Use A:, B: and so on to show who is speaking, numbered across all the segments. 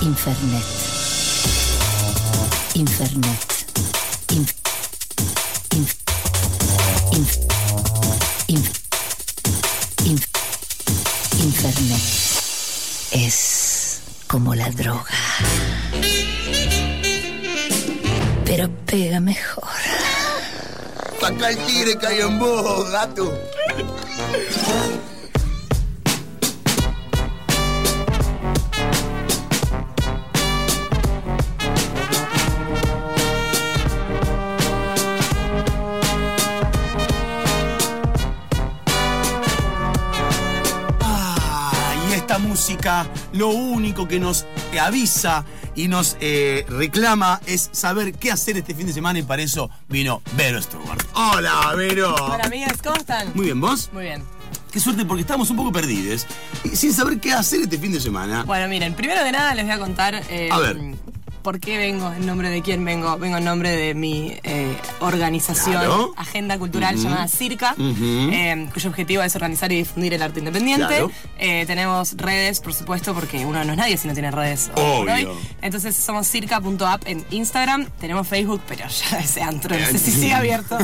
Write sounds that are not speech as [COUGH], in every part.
A: Infernet. Infernet. Inf- inf- inf- inf- inf- Infernet. Es como la droga. Pero pega mejor.
B: Saca el tigre que hay en vos, gato.
C: Ah, y esta música lo único que nos avisa y nos eh, reclama es saber qué hacer este fin de semana y para eso vino Vero Stewart. Hola, Vero.
D: Hola amigas, ¿cómo están?
C: Muy bien, ¿vos?
D: Muy bien.
C: Qué suerte porque estamos un poco perdidos y sin saber qué hacer este fin de semana.
D: Bueno, miren, primero de nada les voy a contar eh,
C: A ver.
D: por qué vengo, en nombre de quién vengo. Vengo en nombre de mi eh, organización,
C: Claro.
D: Agenda Cultural llamada Circa,
C: Ujú.
D: eh, cuyo objetivo es organizar y difundir el arte independiente.
C: Claro.
D: Eh, tenemos redes, por supuesto, porque uno no es nadie si no tiene redes. hoy por
C: Obvio.
D: hoy. Entonces somos circa.app en Instagram. Tenemos Facebook, pero ya [LAUGHS] ese antro, no sé si
C: [LAUGHS]
D: sigue abierto.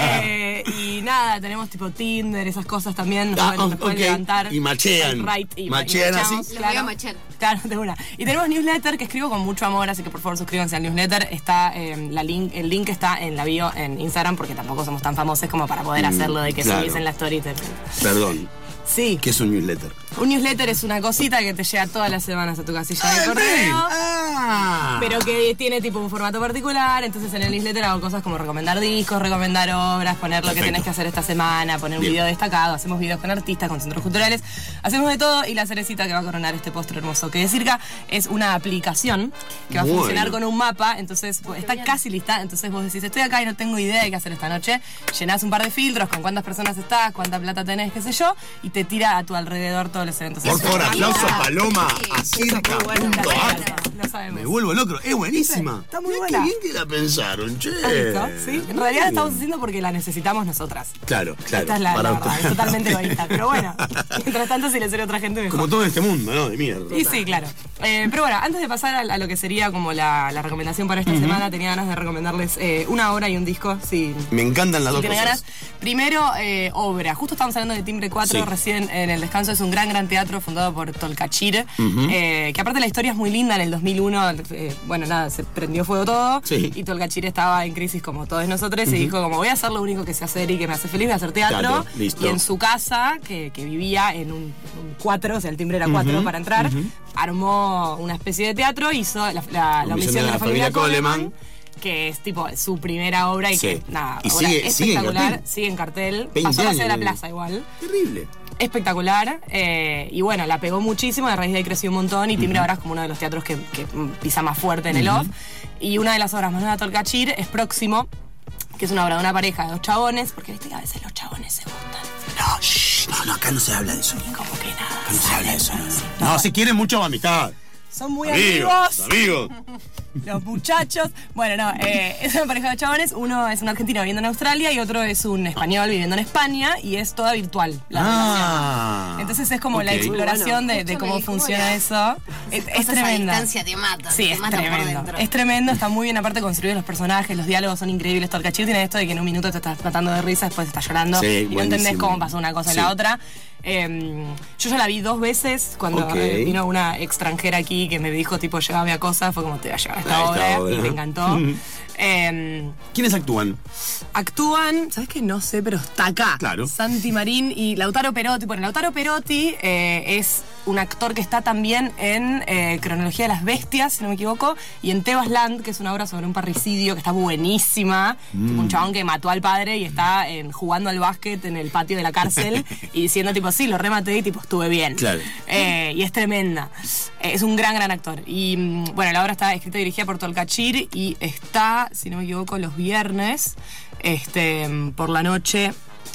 D: Eh, y nada, tenemos tipo Tinder, esas cosas también. Nos
C: Ah,
D: pueden- nos pueden
C: ok.
D: levantar.
C: Y machean.
D: Right, y
C: Machean
D: y
C: así.
D: machamos,
E: Los voy a machear.
D: Claro, de una. Y tenemos newsletter que escribo con mucho amor, así que por favor suscríbanse al newsletter. Está eh, la link, el link está en la bio en Instagram porque tampoco somos tan famosos como para poder hacerlo de que
C: Mm, claro.
D: subiesen las stories. de-
C: Perdón,
D: Sí.
C: que es un newsletter.
D: Un newsletter es una cosita que te llega todas las semanas a tu casilla
C: ¡Ah,
D: de
C: el mail!
D: correo.
C: ¡Ah!
D: Pero que tiene tipo un formato particular, entonces en el newsletter hago cosas como recomendar discos, recomendar obras, poner lo que
C: Perfecto.
D: tenés que hacer esta semana, poner un
C: Bien.
D: video destacado, hacemos videos con artistas, con centros culturales, hacemos de todo y la cerecita que va a coronar este postre hermoso que es Circa es una aplicación que va
C: Bueno.
D: a funcionar con un mapa, entonces pues, está casi lista, entonces vos decís estoy acá y no tengo idea de qué hacer esta noche, llenás un par de filtros con cuántas personas estás, cuánta plata tenés, qué sé yo, y te tira a tu alrededor todos los eventos.
C: Por
D: Eso
C: favor,
D: es
C: aplauso
D: una-
C: Paloma a
E: Sí,
D: Nunca lo
C: circa.ar.
D: sabemos, lo sabemos.
C: Me vuelvo loco, es buenísima.
D: Está muy
C: Mirá
D: buena.
C: Qué bien que la pensaron, che.
D: Exacto, sí. En realidad la estamos haciendo porque la necesitamos nosotras.
C: Claro, claro.
D: Esta es la,
C: para-
D: la verdad,
C: [LAUGHS]
D: es totalmente egoísta. Pero bueno, mientras tanto, si le sirve a otra gente, mejor.
C: Como todo en este mundo, ¿no? De mierda.
D: Y sí, claro. Eh, pero bueno, antes de pasar a, a lo que sería como la, la recomendación para esta semana, tenía ganas de recomendarles eh, una obra y un disco, si,
C: Me encantan las
D: si
C: dos
D: tienen
C: cosas.
D: ganas. Primero, eh, obra. Justo estamos hablando de Timbre 4
C: Sí.
D: recién en El Descanso. Es un gran, gran teatro fundado por Tolcachir, eh, que aparte la historia es muy linda. En el 2001, eh, bueno, nada, se prendió fuego todo.
C: Sí.
D: Y Tolcachir estaba en crisis como todos nosotros y dijo, como voy a hacer lo único que sé hacer y que me hace feliz, voy a hacer teatro.
C: Teatro, listo.
D: Y en su casa, que, que vivía en un 4, o sea, el timbre era 4 para entrar, armó una especie de teatro, hizo la, la- la omisión de la familia Coleman. Que es tipo su primera obra y
C: Sí.
D: que nada,
C: Y
D: obra
C: sigue- sigue en
D: espectacular,
C: cartel.
D: sigue en cartel,
C: 20
D: pasó a
C: años, eh.
D: ser la
C: ¿no?
D: plaza igual,
C: Terrible.
D: espectacular, eh, y bueno, la pegó muchísimo, a raíz de ahí creció un montón, y Timbre ahora es como uno de los teatros que, que, mm, pisa más fuerte en el off, y una de las obras más nuevas de Tolcachir es Próximo, que es una obra de una pareja de dos chabones, porque viste que a veces los chabones se gustan,
C: No, shh, no, no, acá no se habla de eso.
D: y
C: Acá
D: como que nada,
C: no se habla de eso. No,
D: No,
C: No, se quieren mucho amistad.
D: son muy
C: Amigos,
D: amigos.
C: amigos.
D: los muchachos. Bueno, no, eh, es una pareja de chabones. Uno es un argentino viviendo en Australia y otro es un español viviendo en España y es toda virtual la
C: Ah.
D: relación. Entonces es como la
C: Ok.
D: exploración de, de
E: Justo me
D: cómo
E: dijo,
D: funciona
E: "Hola".
D: eso. Es, es
E: Cosas a
D: tremenda.
E: distancia te matan.
D: Sí,
E: te
D: es
E: matan por
D: tremendo.
E: dentro.
D: Es tremendo, está muy bien aparte construidos los personajes, los diálogos son increíbles. Torcachir tiene esto de que en un minuto te estás tratando de risa, después estás llorando
C: Sí,
D: y no entendés
C: buenísimo.
D: cómo pasó una cosa y
C: Sí.
D: la otra. Eh, yo ya la vi dos veces cuando
C: Ok.
D: eh, vino una extranjera aquí que me dijo tipo llévame a cosas, fue como te va a llevar a esta,
C: A
D: obra,
C: esta
D: y
C: obra. [LAUGHS]
D: me encantó. Eh,
C: ¿Quiénes actúan?
D: actúan, ¿sabes qué? No sé, pero está acá.
C: Claro.
D: Santi Marín y Lautaro Perotti. Bueno, Lautaro Perotti eh, es un actor que está también en eh, Cronología de las Bestias, si no me equivoco, y en Tebas Land, que es una obra sobre un parricidio que está buenísima.
C: Mm.
D: Tipo, un chabón que mató al padre y está en- jugando al básquet en el patio de
C: [LAUGHS]
D: la cárcel y diciendo, tipo, sí, lo rematé y, tipo, estuve bien.
C: Claro.
D: Eh, y es tremenda. Eh, es un gran, gran actor. Y mm, bueno, la obra está escrita y dirigida por Tolcachir y está, si no me equivoco, los viernes este, mm, por la noche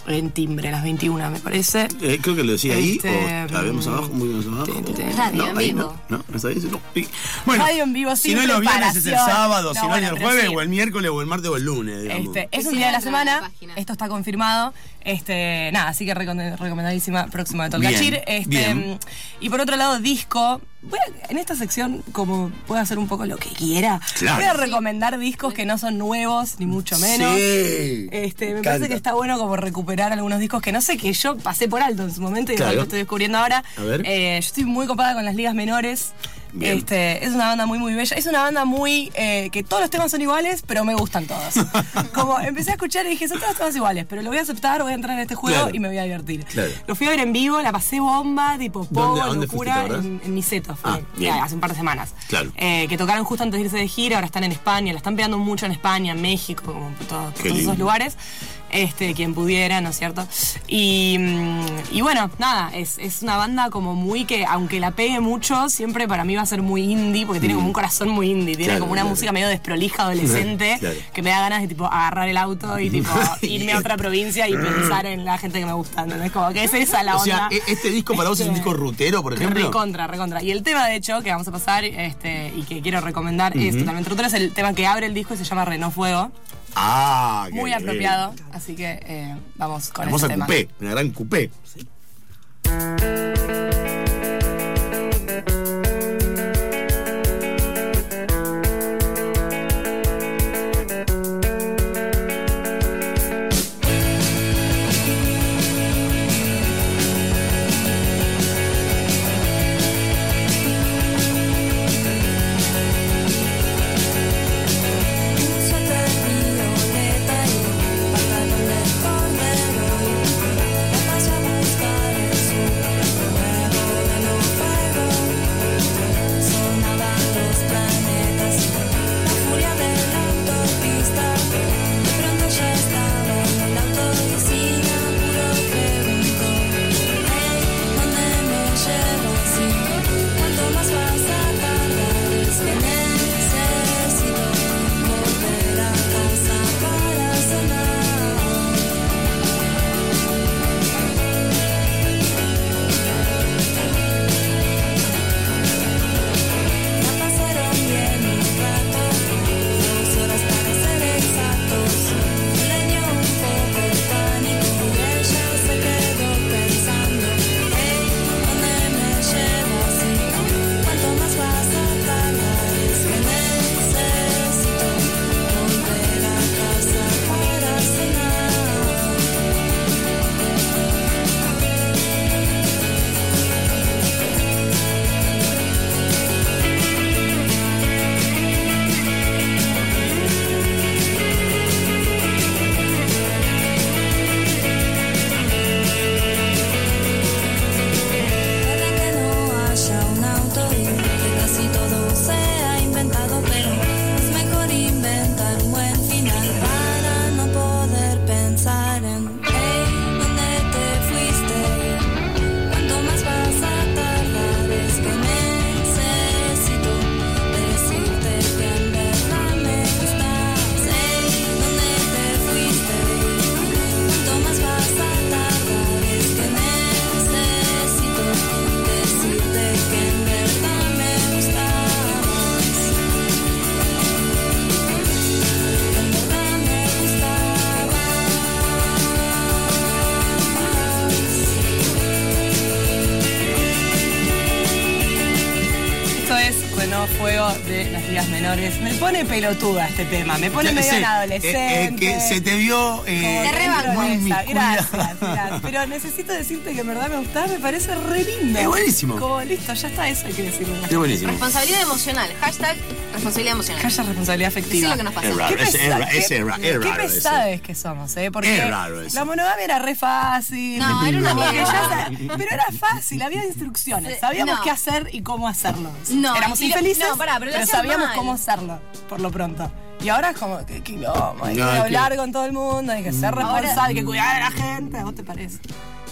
D: en timbre, a las 21, me parece.
C: Eh, creo que lo decía ahí,
D: Este,
C: o la vemos abajo, muy bien abajo.
D: te- te-
C: no,
E: Radio en
C: ahí
E: vivo.
C: no, no, ¿no sabés? No. Sí. Bueno,
D: Radio en vivo
C: si
D: sin
C: no es los viernes es el
D: preparación.
C: sábado,
D: No,
C: si no
D: bueno,
C: es el
D: pero
C: jueves
D: sí.
C: o el miércoles o el martes o el lunes, digamos.
D: Este, es un
E: Sí,
D: día de la
E: entra en la
D: semana,
E: página.
D: esto está confirmado. Este, nada, así que recom- recomendadísima próxima de Tolcachir.
C: Bien,
D: Este,
C: bien.
D: Y por otro lado, disco. voy a- en esta sección, como puedo hacer un poco lo que quiera,
C: Claro.
D: voy a recomendar discos que no son nuevos, ni mucho menos.
C: Sí.
D: Este, me
C: Encanta.
D: parece que está bueno como recuperar algunos discos que no sé que yo pasé por alto en su momento y es algo
C: Claro.
D: que estoy descubriendo ahora.
C: A ver.
D: Eh, yo estoy muy copada con las ligas menores.
C: Bien.
D: Este, es una banda muy muy bella. Es una banda muy eh, que todos los temas son iguales, pero me
C: [LAUGHS]
D: gustan todos. Como empecé a escuchar y dije, son todos temas iguales, pero lo voy a aceptar, voy a entrar en este juego
C: Claro.
D: y me voy a divertir.
C: Claro.
D: Lo fui a ver en vivo, la pasé bomba, tipo pogo,
C: ¿Dónde- a dónde fuiste,
D: locura,
C: te acordás?
D: en, en Niceto fue, eh,
C: Ah, bien.
D: hace un par de semanas.
C: Claro.
D: Eh, que tocaron justo antes de irse de gira, ahora están en España, la están pegando mucho en España, en México, como en todo-
C: Qué
D: todos
C: lindo.
D: esos lugares. Este, quien pudiera, ¿no es cierto? Y, mm, y bueno, nada, es, es una banda como muy que, aunque la pegue mucho, siempre para mí va a ser muy indie, porque tiene como un corazón muy indie, tiene
C: Mm. Claro,
D: como una
C: claro.
D: música medio desprolija, adolescente,
C: [LAUGHS] Claro.
D: que me da ganas de tipo agarrar el auto
C: [LAUGHS]
D: y tipo irme a otra provincia y pensar en la gente que me gusta, ¿no? Es como que es esa la
C: O sea,
D: onda.
C: e- este disco para vos es un
D: Este-
C: disco rutero, por ejemplo.
D: Recontra, recontra. Y el tema, de hecho, que vamos a pasar este, y que quiero recomendar es totalmente otro, es el tema que abre el disco y se llama Reno Fuego.
C: Ah, qué
D: Muy
C: bien.
D: apropiado, así que eh, vamos con ese
C: Hermosa
D: tema.
C: coupé, una gran coupé.
E: Puede que no haya un autor que casi todo sea inventado, pero es mejor inventar un buen final para no poder pensar en hey, dónde te fuiste. Cuanto más vas a tardar es que necesito decirte que en verdad me gustas. Hey, dónde te fuiste. Cuanto más vas a tardar es que necesito decirte que en verdad me gustas. En verdad me gustabas.
D: Esto es Reno Fuego de las ligas menores. Me pone pelotuda este tema, me pone
C: Ya
D: medio
C: sé,
D: en
C: eh,
D: adolescente.
C: eh, que se te vio. eh,
D: Como
A: Te rebanco
D: dentro de
C: muy
D: esa.
C: inmiscuida.
D: Gracias, gracias. Pero necesito decirte que en verdad me gusta, me parece re lindo.
C: Es buenísimo.
D: Como listo, ya está eso hay que decirlo.
C: Qué buenísimo.
A: Responsabilidad emocional. Hashtag responsabilidad emocional.
D: Calla responsabilidad
A: Decí
D: afectiva.
A: lo que nos
C: Es
A: pasó.
C: raro,
D: Qué
C: Ah, es, es
D: pesa-
C: ra- es
D: qué-
C: ra- es raro.
D: Qué
C: ese.
D: pesados que somos, ¿eh? Porque
C: Es raro eso.
D: la monogamia era re fácil.
A: No, era una
D: Porque
A: mierda.
D: ya sa- Pero era fácil, había instrucciones.
A: Sí,
D: Sabíamos
A: no.
D: qué hacer y cómo hacerlo.
A: No,
D: Éramos
A: y lo-
D: infelices,
A: no, pará, pero lo hacías
D: sabíamos
A: mal.
D: cómo hacerlo, por lo pronto. Y ahora es como, qué quilombo, hay que
C: No, es que-
D: hablar con todo el mundo, hay que ser responsable, hay que cuidar a la gente. ¿A vos te parece?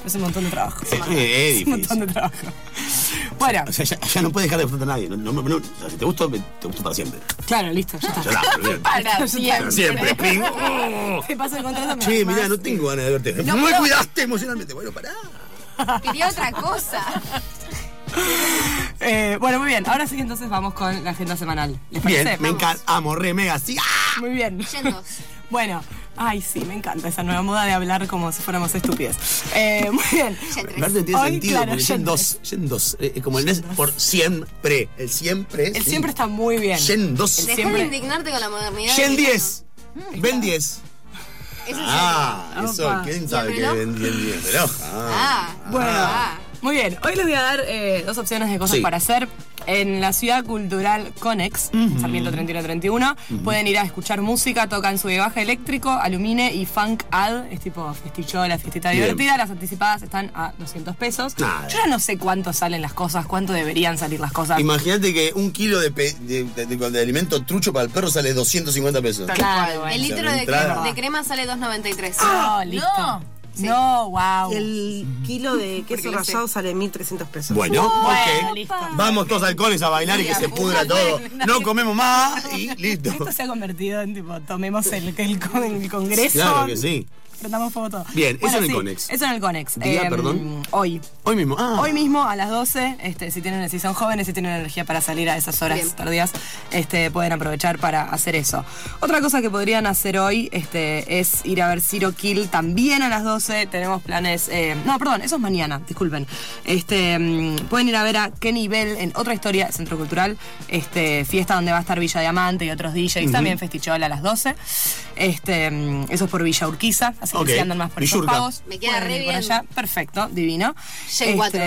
D: Es un montón de trabajo.
C: Eh, eh, es
D: [LAUGHS] Es un
C: difícil.
D: montón de trabajo. Bueno,
C: O sea, ya, ya no puedes dejar de disfrutar a nadie. No, no, no, o sea, si te gustó, me- te gustó para siempre.
D: claro, listo, ya está.
C: Ya está, olvídate.
A: Para
C: Para
D: [LAUGHS]
C: siempre. ping. Oh.
D: Te paso el contrato. me
C: Che,
D: das
C: mirá,
D: más.
C: no tengo ganas de verte. No, me
A: pero-
C: cuidaste emocionalmente. Bueno, pará.
A: [LAUGHS] Pidió otra cosa.
D: Eh, bueno, muy bien. Ahora sí, entonces vamos con la agenda semanal. ¿Les
C: Bien,
D: parece?
C: me
D: Vamos.
C: encanta. Amo, re, mega, sí. ¡Ah!
D: Muy bien.
A: Yendos.
D: Bueno, Ay, sí, me encanta esa nueva moda de hablar como si fuéramos estúpidos. Eh, muy bien.
A: Ya entré.
C: Berto tiene
D: Hoy,
C: sentido,
D: claro,
C: porque yendos, yendos, eh, eh, como el nes por siempre. El siempre es.
D: El siempre está muy bien.
C: Yendos.
A: Deja
D: siempre- Mm,
A: de indignarte con la modernidad.
C: Yen
A: del
C: 10. Ven 10.
A: verano. Eso es
C: Ah,
D: Opa.
C: eso, ¿quién sabe que
A: reloj?
C: ven 10 reloj?
A: Ah,
D: Bueno,
A: ah.
D: muy bien. Hoy les voy a dar eh, dos opciones de cosas
C: Sí.
D: para hacer. En la ciudad cultural Conex, Sarmiento 3131, pueden ir a escuchar música, tocan su baja eléctrico, alumine y funk ad. Es tipo festichola, fiestita
C: Bien.
D: divertida. Las anticipadas están a 200 pesos.
C: Nada.
D: Yo ya no sé cuánto salen las cosas, cuánto deberían salir las cosas.
C: Imagínate que un kilo de, pe- de- de- de- de alimento trucho para el perro sale 250 pesos.
D: Claro, bueno. Ah.
A: El litro
C: La
A: de
C: entrada.
A: crema, de crema sale 2.93.
D: No, listo. No, wow.
C: [LAUGHS]
F: Y el kilo de queso
A: [LAUGHS] Porque lo sé.
F: rallado sale 1.300 pesos.
C: Bueno,
D: Bueno,
C: ok.
D: listo.
C: Vamos todos halcones a bailar y que se pudra todo. No comemos más y listo.
D: Esto se ha convertido en tipo, tomemos el, el con- el congreso.
C: Claro que sí.
D: Prendamos fuego todo.
C: Bien, eso en el Conex.
D: Eso en el Conex. Em,
C: Día, perdón.
D: Hoy.
C: Hoy mismo. Ah,
D: Hoy mismo a las 12, este, si tienen, si son jóvenes, si tienen energía para salir a esas horas
A: Bien.
D: tardías, este, pueden aprovechar para hacer eso. Otra cosa que podrían hacer hoy este, es ir a ver Ciro Kill también a las 12. Tenemos planes. eh, no, perdón, eso es mañana, disculpen. Este, mm, pueden ir a ver a Kenny Bell en otra historia, Centro Cultural, este, fiesta donde va a estar Villa Diamante y otros DJs, también Festichol a las 12. Este, mm, eso es por Villa Urquiza, así
C: Ok,
D: que si andan más por esos
C: Villurca.
D: pagos,
A: Me queda
D: pueden
A: re
D: ir por
A: bien.
D: allá. Perfecto, divino. Este,
A: Gen cuatro.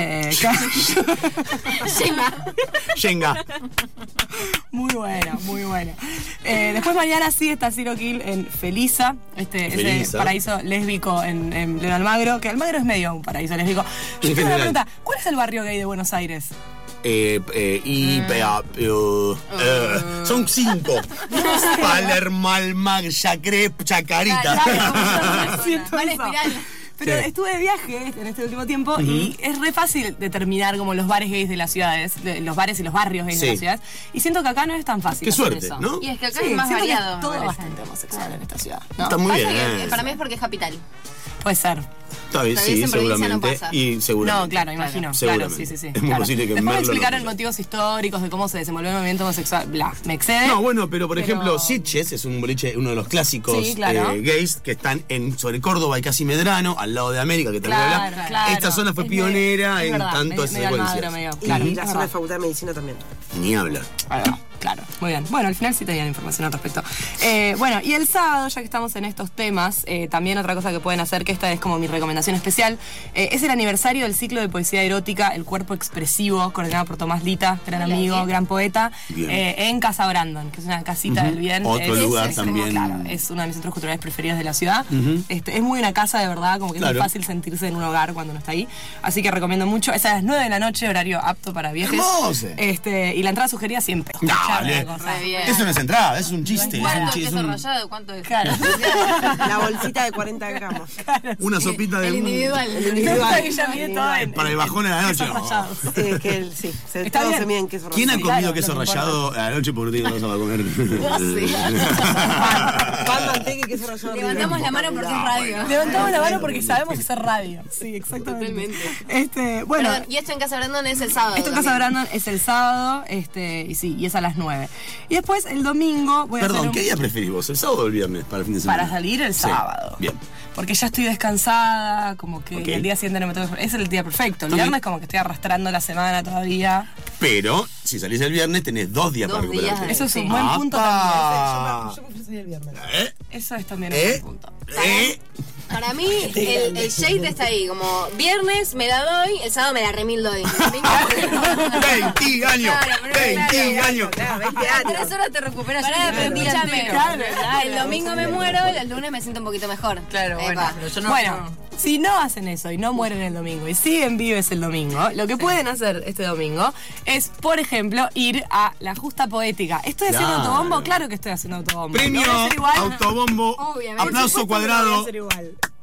D: claro.
A: Yema.
C: Shenga.
D: [LAUGHS] muy bueno, muy bueno. Eh, después mañana sí está Ciro Kill en Felisa, este, ese
C: Felisa.
D: paraíso lésbico en, en León Almagro, que Almagro es medio un paraíso lésbico. Yo
C: En
D: tengo una
C: general.
D: pregunta, ¿cuál es el barrio gay de Buenos Aires?
C: Eh, eh, y pea- eh, eh, son [LAUGHS] cinco. Palermo, Almagro, Chacré, [LAUGHS] Chacarita.
A: Claro,
D: Siento
A: Vale,
D: eso.
A: espiral.
D: Pero
C: Sí.
D: estuve de viaje este- en este último tiempo y es re fácil determinar como los bares gays de las ciudades, de- los bares y los barrios gays de
C: Sí.
D: las ciudades. Y siento que acá no es tan fácil.
C: Qué
D: hacer
C: suerte,
D: eso.
C: ¿no?
A: Y es que acá
D: Sí,
A: es más
D: siento que
A: variado.
D: es todo
A: me parece.
D: bastante homosexual en esta ciudad. ¿no?
C: Está muy bien,
A: Pasa que
C: eh.
A: para mí es porque es capital.
D: Puede ser.
C: Está bien,
A: Tal
C: sí,
A: vez en provincia no
C: seguramente.
A: pasa.
C: Y seguramente.
D: No, claro, imagino. Claro,
C: Seguramente.
D: sí, sí, sí.
C: Es muy
D: claro.
C: posible que en
D: Después me
C: Merlo no
D: explicaron
C: pase.
D: motivos históricos de cómo se desenvolvió el movimiento homosexual. Bla, me excede.
C: No, bueno, pero por
D: Pero-
C: ejemplo, Sitges es un boliche, uno de los clásicos
D: Sí, claro.
C: eh, gays que están en, sobre Córdoba y casi Medrano, al lado de América, que también
D: Claro,
C: habla.
D: claro.
C: Esta zona fue
D: Es medio-
C: pionera
D: es
C: en
D: verdad,
C: tanto
D: medio-
C: a esas
D: medio Almagro,
C: secuencias.
D: medio-
F: Y
D: Claro,
F: la
D: es
F: zona de
D: verdad.
F: facultad de medicina
A: [LAUGHS]
F: también.
C: Ni hablar.
D: Ahí va, Claro, muy bien. Bueno, al final sí tenían información al respecto. Eh, bueno, y el sábado, ya que estamos en estos temas, eh, también otra cosa que pueden hacer, que esta es como mi recomendación especial, eh, es el aniversario del ciclo de poesía erótica El Cuerpo Expresivo, coordinado por Tomás Lita, gran
A: Hola,
D: amigo,
A: bien.
D: gran poeta,
C: Bien.
D: eh, en Casa Brandon, que es una casita del bien.
C: Otro
D: Es-
C: lugar
D: es como-
C: también.
D: claro, es uno de mis centros culturales preferidos de la ciudad. Este, es muy una casa de verdad, como que es
C: Claro.
D: muy fácil sentirse en un hogar cuando uno está ahí. Así que recomiendo mucho. Es a las 9 de la noche, horario apto para viajes.
C: ¡Hermoso!
D: Este, y la entrada sugerida siempre.
C: No,
D: Dale.
C: vale.
A: Re bien.
C: Eso no es entrada, es un chiste. Es un
A: ¿Cuánto
C: chiste, es
A: queso
C: un-
A: rallado? ¿Cuánto es? [LAUGHS]
D: Claro.
F: La bolsita de 40 gramos.
C: una sopita de
A: El individual.
F: El individual.
D: Ella mide todo en-
C: Para el bajón a la noche.
D: Quesos rallados.
F: Eh, que el- sí, se,
D: Está
F: todo
D: bien.
F: se mide en queso
C: ¿Quién ha
F: rallado.
C: comido
D: Claro,
C: queso
D: lo que importa.
C: rallado a la noche por ti? No vas a comer. No [LAUGHS]
F: Pan, pan, manteca y queso rallado.
A: Levantamos la mano porque es radio.
D: Levantamos la mano porque sabemos hacer radio. Sí, exactamente. Este, bueno,
A: Perdón, y esto en Casa Brandon es el sábado.
D: Esto en Casa
A: también.
D: Brandon es el sábado, este, y sí, y es a las 9. Y después el domingo voy a hacer
C: Perdón,
D: un-
C: ¿qué día preferís vos? ¿El sábado o el viernes para el fin de semana?
D: Para salir el
C: Sí,
D: sábado.
C: Bien.
D: Porque ya estoy descansada, como que
C: Ok.
D: el día siguiente no me tengo que- Es el día perfecto. El
C: Ok.
D: viernes como que estoy arrastrando la semana todavía.
C: Pero si salís el viernes tenés dos días
A: Dos
C: para recuperarte.
A: días.
D: Eso es un
A: Sí.
D: buen punto también.
C: ¡Apa! ¿Eh?
D: Eso es también
C: ¿Eh?
D: un buen punto.
C: ¿Eh?
A: Para mí, el, el shade está ahí. Como viernes me la doy, el sábado me la remil doy.
C: [LAUGHS] ¡20 ¿Eh? años!
A: Claro, pero
C: ¡20
A: claro.
C: años!
F: Ah, 20
A: A
F: años.
A: tres horas te recuperas. Pará,
D: aprendí
A: aprendí ya
D: entero.
A: El domingo me muero, el lunes me siento un poquito mejor.
D: Claro, bueno,
A: Epa.
D: pero yo no- bueno, si no hacen eso y no mueren el domingo y siguen vives el domingo, lo que pueden hacer este domingo es, por ejemplo, ir a la justa poética. ¿Estoy haciendo
C: Claro.
D: autobombo? Claro que estoy haciendo autobombo.
C: Premio,
D: ¿Lo voy a hacer igual?
C: autobombo,
A: Obviamente.
C: aplauso cuadrado.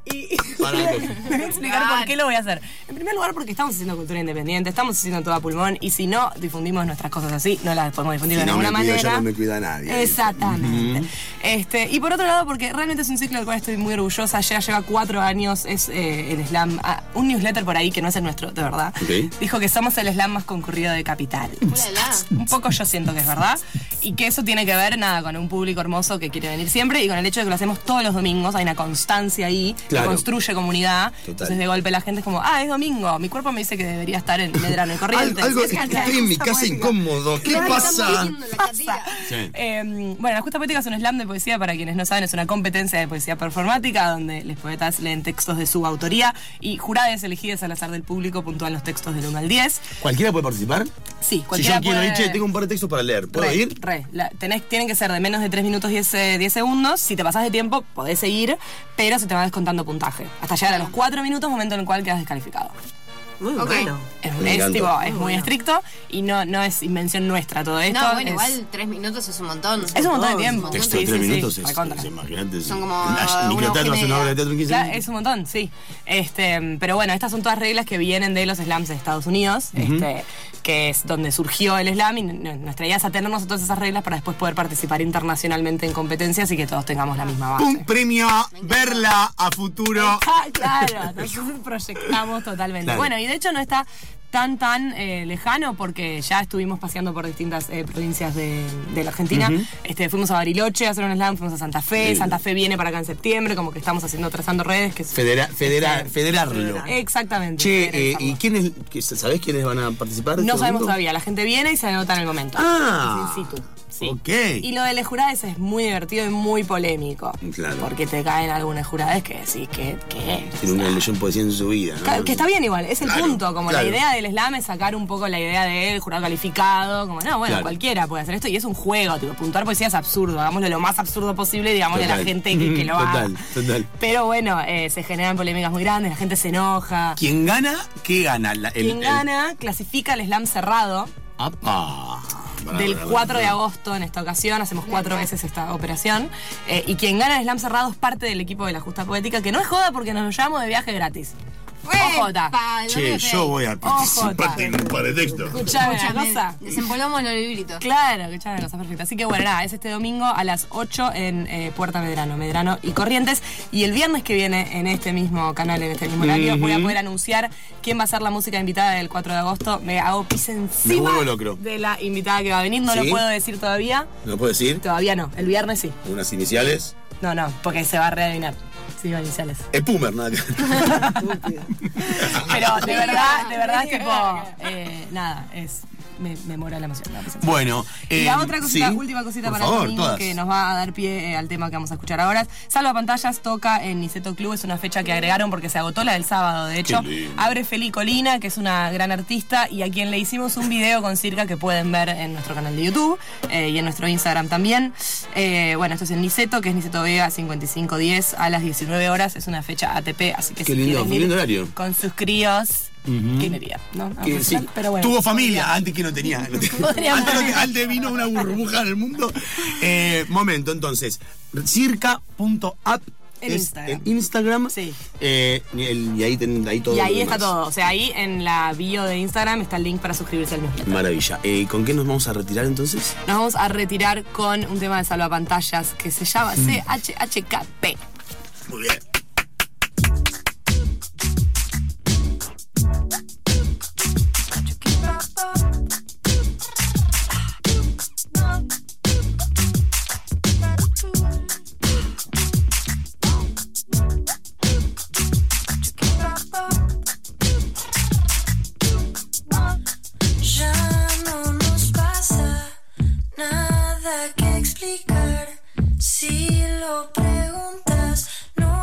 C: [LAUGHS] Para la
D: [LAUGHS]
C: cosa.
D: Te voy a explicar por qué lo voy a hacer. En primer lugar, porque estamos haciendo cultura independiente, estamos haciendo toda pulmón y si no difundimos nuestras cosas así, no las podemos
C: Si
D: difundir de
C: no
D: ninguna
C: me cuido,
D: manera.
C: yo no me cuida nadie.
D: Exactamente. este, y por otro lado, porque realmente es un ciclo del cual estoy muy orgullosa, ya lleva cuatro años, es eh, el slam, ah, un newsletter por ahí que no es el nuestro, de verdad.
C: Ok.
D: Dijo que somos el slam más concurrido de Capital.
A: Ulala.
D: Un poco yo siento que es verdad. Y que eso tiene que ver, nada, con un público hermoso que quiere venir siempre y con el hecho de que lo hacemos todos los domingos. Hay una constancia ahí
C: Claro.
D: que construye comunidad.
C: Total.
D: Entonces, de golpe la gente es como, ah, es domingo. Mi cuerpo me dice que debería estar en
C: [LAUGHS]
D: Medrano y
B: Al-
D: Corrientes.
B: algo,
D: Es que-
B: estoy en mi casa incómodo. ¿Qué pasa?
C: Sí.
D: Eh, bueno, la justa poética es un slam de poesía, para quienes no saben, es una competencia de poesía performática donde los poetas leen textos de su autoría y jurades elegidas al azar del público puntúan los textos del 1 al 10.
C: ¿Cualquiera puede participar?
D: Sí,
C: Si
D: cualquiera
C: yo quiero
D: puede-
C: ir, che, tengo un par de textos para leer. ¿Puedo
D: Re,
C: ir?
D: re. La- tenés- tienen que ser de menos de 3 minutos 10, eh, 10 segundos. Si te pasás de tiempo, podés seguir, pero se te va descontando puntaje. Hasta llegar a los 4 minutos, momento en el cual quedas descalificado.
F: Muy
A: Ok.
F: bueno.
D: Es,
B: Me
D: es,
B: encanta.
D: tipo, es muy estricto y no, no es invención nuestra todo esto.
A: No, bueno,
D: es-
A: igual tres minutos es un montón.
D: Es un montón de tiempo.
C: Texto de
D: Sí,
C: tres
D: sí, sí,
C: minutos es,
D: recontra.
C: es- imagínate.
A: Son como
C: la-
A: una
C: microteatro hace una
A: hora
C: obra de teatro en 15
D: Claro,
C: minutos.
D: es un montón, sí. Este, pero bueno, estas son todas reglas que vienen de los slams de Estados Unidos, este, que es donde surgió el slam y n- nuestra idea es atenernos a todas esas reglas para después poder participar internacionalmente en competencias y que todos tengamos la misma base.
C: Un premio verla a futuro.
D: Ah, [LAUGHS] claro, nosotros proyectamos totalmente.
C: Claro.
D: Bueno, y de hecho no está tan tan eh, lejano porque ya estuvimos paseando por distintas eh, provincias de, de la Argentina. este, fuimos a Bariloche a hacer un slam, fuimos a Santa Fe,
C: Lindo.
D: Santa Fe viene para acá en septiembre, como que estamos haciendo trazando redes, que es-
C: Federa- federa- federarlo.
D: Exactamente.
C: Che, eh,
D: federalizarlo.
C: ¿y quiénes, que- sabés quiénes van a participar? de
D: No
C: este
D: sabemos
C: domingo?
D: todavía, la gente viene y se anota en el momento.
C: Ah.
D: Es in situ, sí.
C: Ok.
D: Y lo de los jurades es muy divertido y muy polémico.
C: Claro.
D: Porque te caen algunas jurades que decís que, que es.
C: Tiene una leyó en poesía en su vida. ¿no?
D: Claro, Que está bien igual, es el
C: Claro,
D: punto. Como
C: claro.
D: la idea del slam es sacar un poco la idea del jurado calificado. Como, no, bueno,
C: Claro.
D: cualquiera puede hacer esto y es un juego. Tipo, puntuar poesía es absurdo. Hagámoslo lo más absurdo posible y digámosle a la
C: Total.
D: gente que, que lo haga.
C: Total, total.
D: Pero bueno, eh, se generan polémicas muy grandes, la gente se enoja.
C: ¿Quién gana? ¿Qué gana? La- el-
D: Quien
C: el-
D: gana clasifica el slam cerrado
C: ¡Apa! Pará,
D: del
C: pará,
D: 4 de
C: pará.
D: agosto en esta ocasión. Hacemos cuatro veces esta operación. Eh, y quien gana el slam cerrado es parte del equipo de la Justa Poética, que no es joda porque nos lo llevamos de viaje gratis. Ojota.
C: Che, yo voy a
D: Ojota.
C: participar en un par de textos.
D: Escuchame una cosa.
A: Desempolvamos los libritos.
D: Claro, que echar una cosa perfecta. Así que bueno, nada, es este domingo a las 8 en eh, Puerta Medrano, Medrano y Corrientes. Y el viernes que viene en este mismo canal, en este mismo horario, voy a poder anunciar quién va a ser la música invitada del 4 de agosto. Me hago pis encima
C: Me vuelvo locro.
D: de la invitada que va a venir. No
C: ¿Sí?
D: lo puedo decir todavía.
C: ¿No puedo decir?
D: Todavía no. El viernes sí.
C: Unas iniciales.
D: No, no, porque se va a readivinar. Sí, va iniciales.
C: Es Pumer, nada que
D: Pero de verdad, de verdad es tipo. eh, nada, es. Me, me muero de la emoción. la emoción.
C: [LAUGHS] Bueno.
D: Y
C: eh,
D: la otra cosita,
C: sí.
D: última cosita
C: Por
D: para
C: favor,
D: el domingo
C: todas.
D: que nos va a dar pie eh, al tema que vamos a escuchar ahora. Salva Pantallas toca en Niceto Club, es una fecha que agregaron porque se agotó la del sábado, de hecho.
C: lindo.
D: Abre Feli Colina, que es una gran artista y a quien le hicimos un video con Circa que pueden ver en nuestro canal de YouTube eh, y en nuestro Instagram también. Eh, bueno, esto es en Niceto, que es Niceto Vega 5510 a las 19 horas, es una fecha ATP, así que
C: Qué
D: si
C: lindo,
D: quieren
C: qué
D: ir
C: lindo horario.
D: con sus críos, ¿quién iría? ¿No? A
C: Que
D: un
C: sí,
D: recital, pero bueno.
C: tuvo familia antes que no
D: [LAUGHS]
C: tenía. no tenía-
D: Podríamos
C: antes, no
D: poner.
C: te- antes vino una burbuja en el mundo. Eh, momento, entonces. Circa.app
D: En
C: es
D: Instagram.
C: en Instagram.
D: Sí.
C: Eh, y el- y ahí, ten- ahí todo.
D: Y
C: lo
D: ahí está
C: demás.
D: todo. O sea, ahí en la bio de Instagram está el link para suscribirse al newsletter.
C: Maravilla. Eh, ¿Y con qué nos vamos a retirar entonces?
D: Nos vamos a retirar con un tema de salvapantallas que se llama CHHKP.
C: Muy bien.
E: Ya no nos pasa nada que explicar. Si lo preguntas, no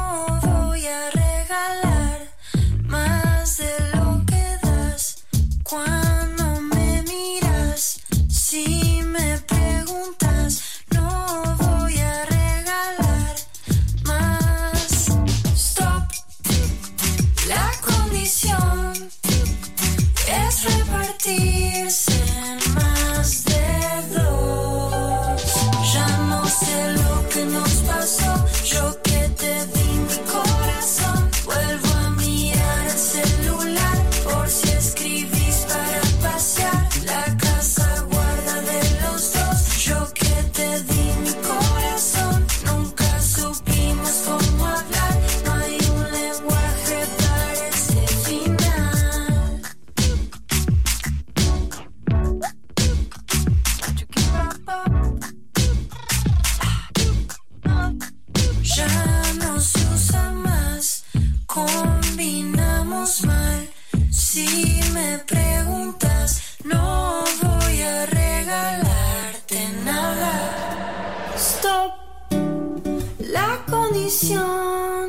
G: misión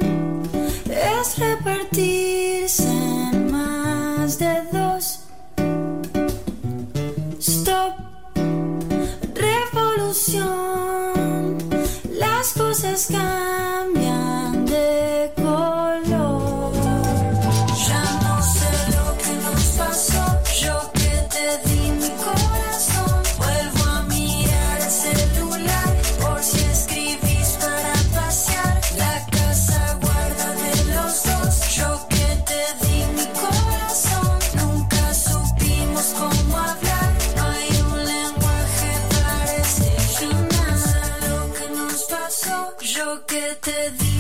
G: es repartirse en más de dos. Stop, revolución. Las cosas cambian de color. Ya no sé lo que nos pasó. Yo que te di mi corazón. Vuelvo a mirar el celular. Por si escribís para pasear. La casa guarda de los dos. Yo que te di mi corazón. Nunca supimos cómo hablar. No hay un lenguaje para este final. Lo que nos pasó. Yo que te di este